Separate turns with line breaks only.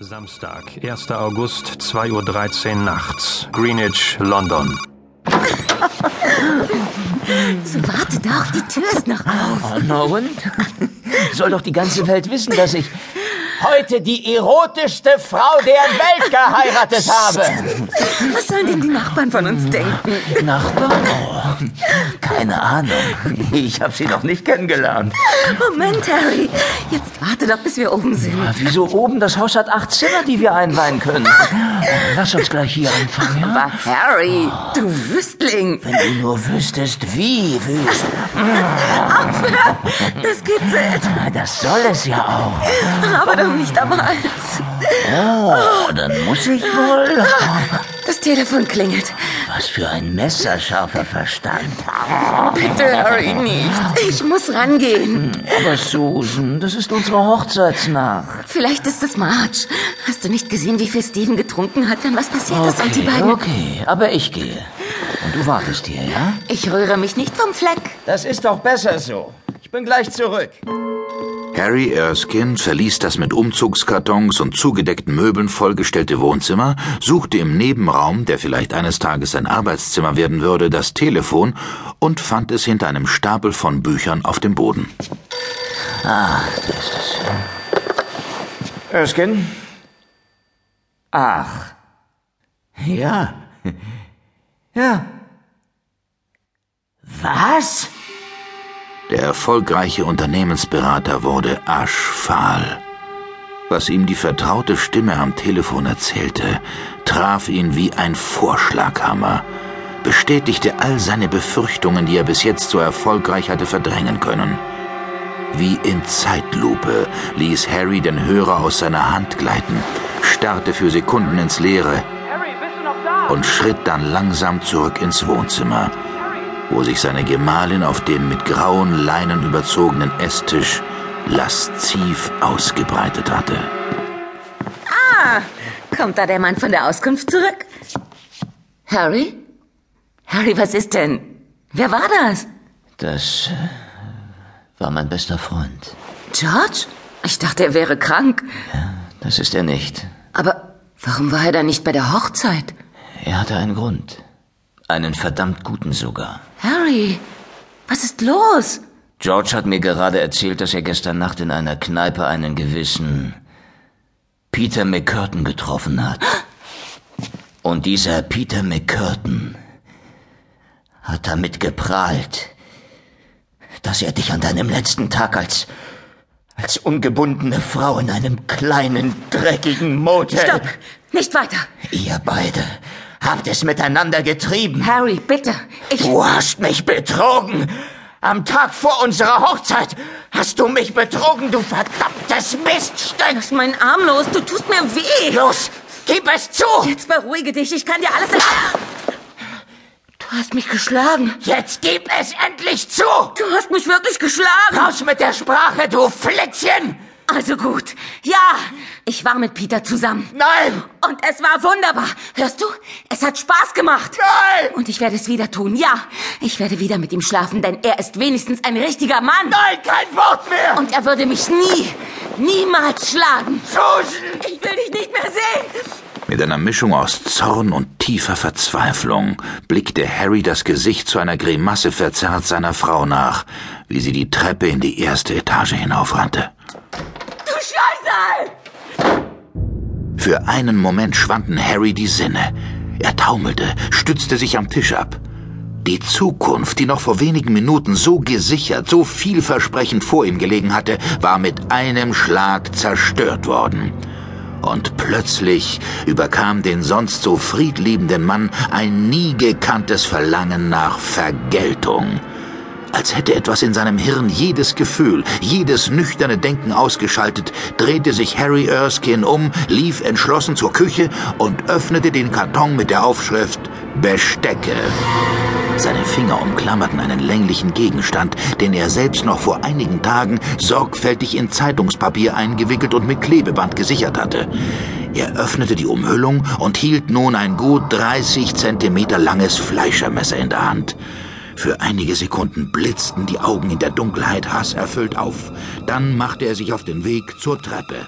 Samstag, 1. August, 2.13 Uhr nachts, Greenwich, London.
So, warte doch, die Tür ist noch auf.
Oh, na und? Soll doch die ganze Welt wissen, dass ich heute die erotischste Frau der Welt geheiratet habe.
Was sollen denn die Nachbarn von uns denken?
Nachbarn? Oh, keine Ahnung. Ich habe sie noch nicht kennengelernt.
Moment, Harry. Jetzt warte doch, bis wir oben sind.
Aber Wieso oben? Das Haus hat acht Zimmer, die wir einweihen können. Lass uns gleich hier anfangen, ja?
Aber Harry, du Wüstling.
Wenn du nur wüsstest, wie wüst.
Aufhören! Das gibt's nicht.
Das soll es ja auch.
Aber doch nicht am Hals.
Oh, dann muss ich wohl.
Das Telefon klingelt.
Was für ein messerscharfer Verstand.
Bitte, Harry, nicht. Ich muss rangehen.
Aber Susan, das ist unsere Hochzeitsnacht.
Vielleicht ist es Marge. Hast du nicht gesehen, wie viel Steven getrunken hat, wenn was passiert ist und die beiden...
okay, aber ich gehe. Und du wartest hier, ja?
Ich rühre mich nicht vom Fleck.
Das ist doch besser so. Ich bin gleich zurück.
Harry Erskine verließ das mit Umzugskartons und zugedeckten Möbeln vollgestellte Wohnzimmer, suchte im Nebenraum, der vielleicht eines Tages sein Arbeitszimmer werden würde, das Telefon und fand es hinter einem Stapel von Büchern auf dem Boden.
Erskine?
Ach. Ja.
Ja.
Was?
Der erfolgreiche Unternehmensberater wurde aschfahl. Was ihm die vertraute Stimme am Telefon erzählte, traf ihn wie ein Vorschlaghammer, bestätigte all seine Befürchtungen, die er bis jetzt so erfolgreich hatte verdrängen können. Wie in Zeitlupe ließ Harry den Hörer aus seiner Hand gleiten, starrte für Sekunden ins Leere und schritt dann langsam zurück ins Wohnzimmer, wo sich seine Gemahlin auf dem mit grauen Leinen überzogenen Esstisch lasziv ausgebreitet hatte.
Kommt da der Mann von der Auskunft zurück? Harry? Harry, was ist denn? Wer war das?
Das äh, war mein bester Freund.
George? Ich dachte, er wäre krank.
Das ist er nicht.
Aber warum war er dann nicht bei der Hochzeit?
Er hatte einen Grund. Einen verdammt guten sogar.
Harry, was ist los?
George hat mir gerade erzählt, dass er gestern Nacht in einer Kneipe einen gewissen Peter McCurtain getroffen hat. Und dieser Peter McCurtain hat damit geprahlt, dass er dich an deinem letzten Tag als als ungebundene Frau in einem kleinen, dreckigen Motel.
Stopp! Nicht weiter!
Ihr beide habt es miteinander getrieben.
Harry, bitte! Ich.
Du hast mich betrogen. Am Tag vor unserer Hochzeit hast du mich betrogen, du verdammtes Miststück.
Lass meinen Arm los, du tust mir weh!
Los, gib es zu.
Jetzt beruhige dich, ich kann dir alles erklären! Du hast mich geschlagen!
Jetzt gib es endlich zu.
Du hast mich wirklich geschlagen!
Raus mit der Sprache, du Flitzchen.
Also gut, ja! Ich war mit Peter zusammen.
Nein,
Und es war wunderbar. Hörst du? Es hat Spaß gemacht.
nein,
Und ich werde es wieder tun, ja. Ich werde wieder mit ihm schlafen, denn er ist wenigstens ein richtiger Mann.
nein, kein Wort mehr.
Und er würde mich nie, niemals schlagen.
Susan.
Ich will dich nicht mehr sehen.
Mit einer Mischung aus Zorn und tiefer Verzweiflung blickte Harry das Gesicht zu einer Grimasse verzerrt seiner Frau nach, wie sie die Treppe in die erste Etage hinaufrannte.
Du Scheiße!
Für einen Moment schwanden Harry die Sinne. Er taumelte, stützte sich am Tisch ab. Die Zukunft, die noch vor wenigen Minuten so gesichert, so vielversprechend vor ihm gelegen hatte, war mit einem Schlag zerstört worden. Und plötzlich überkam den sonst so friedliebenden Mann ein nie gekanntes Verlangen nach Vergeltung. Als hätte etwas in seinem Hirn jedes Gefühl, jedes nüchterne Denken ausgeschaltet, drehte sich Harry Erskine um, lief entschlossen zur Küche und öffnete den Karton mit der Aufschrift Bestecke. Seine Finger umklammerten einen länglichen Gegenstand, den er selbst noch vor einigen Tagen sorgfältig in Zeitungspapier eingewickelt und mit Klebeband gesichert hatte. Er öffnete die Umhüllung und hielt nun ein gut 30 Zentimeter langes Fleischermesser in der Hand. Für einige Sekunden blitzten die Augen in der Dunkelheit hasserfüllt auf. Dann machte er sich auf den Weg zur Treppe.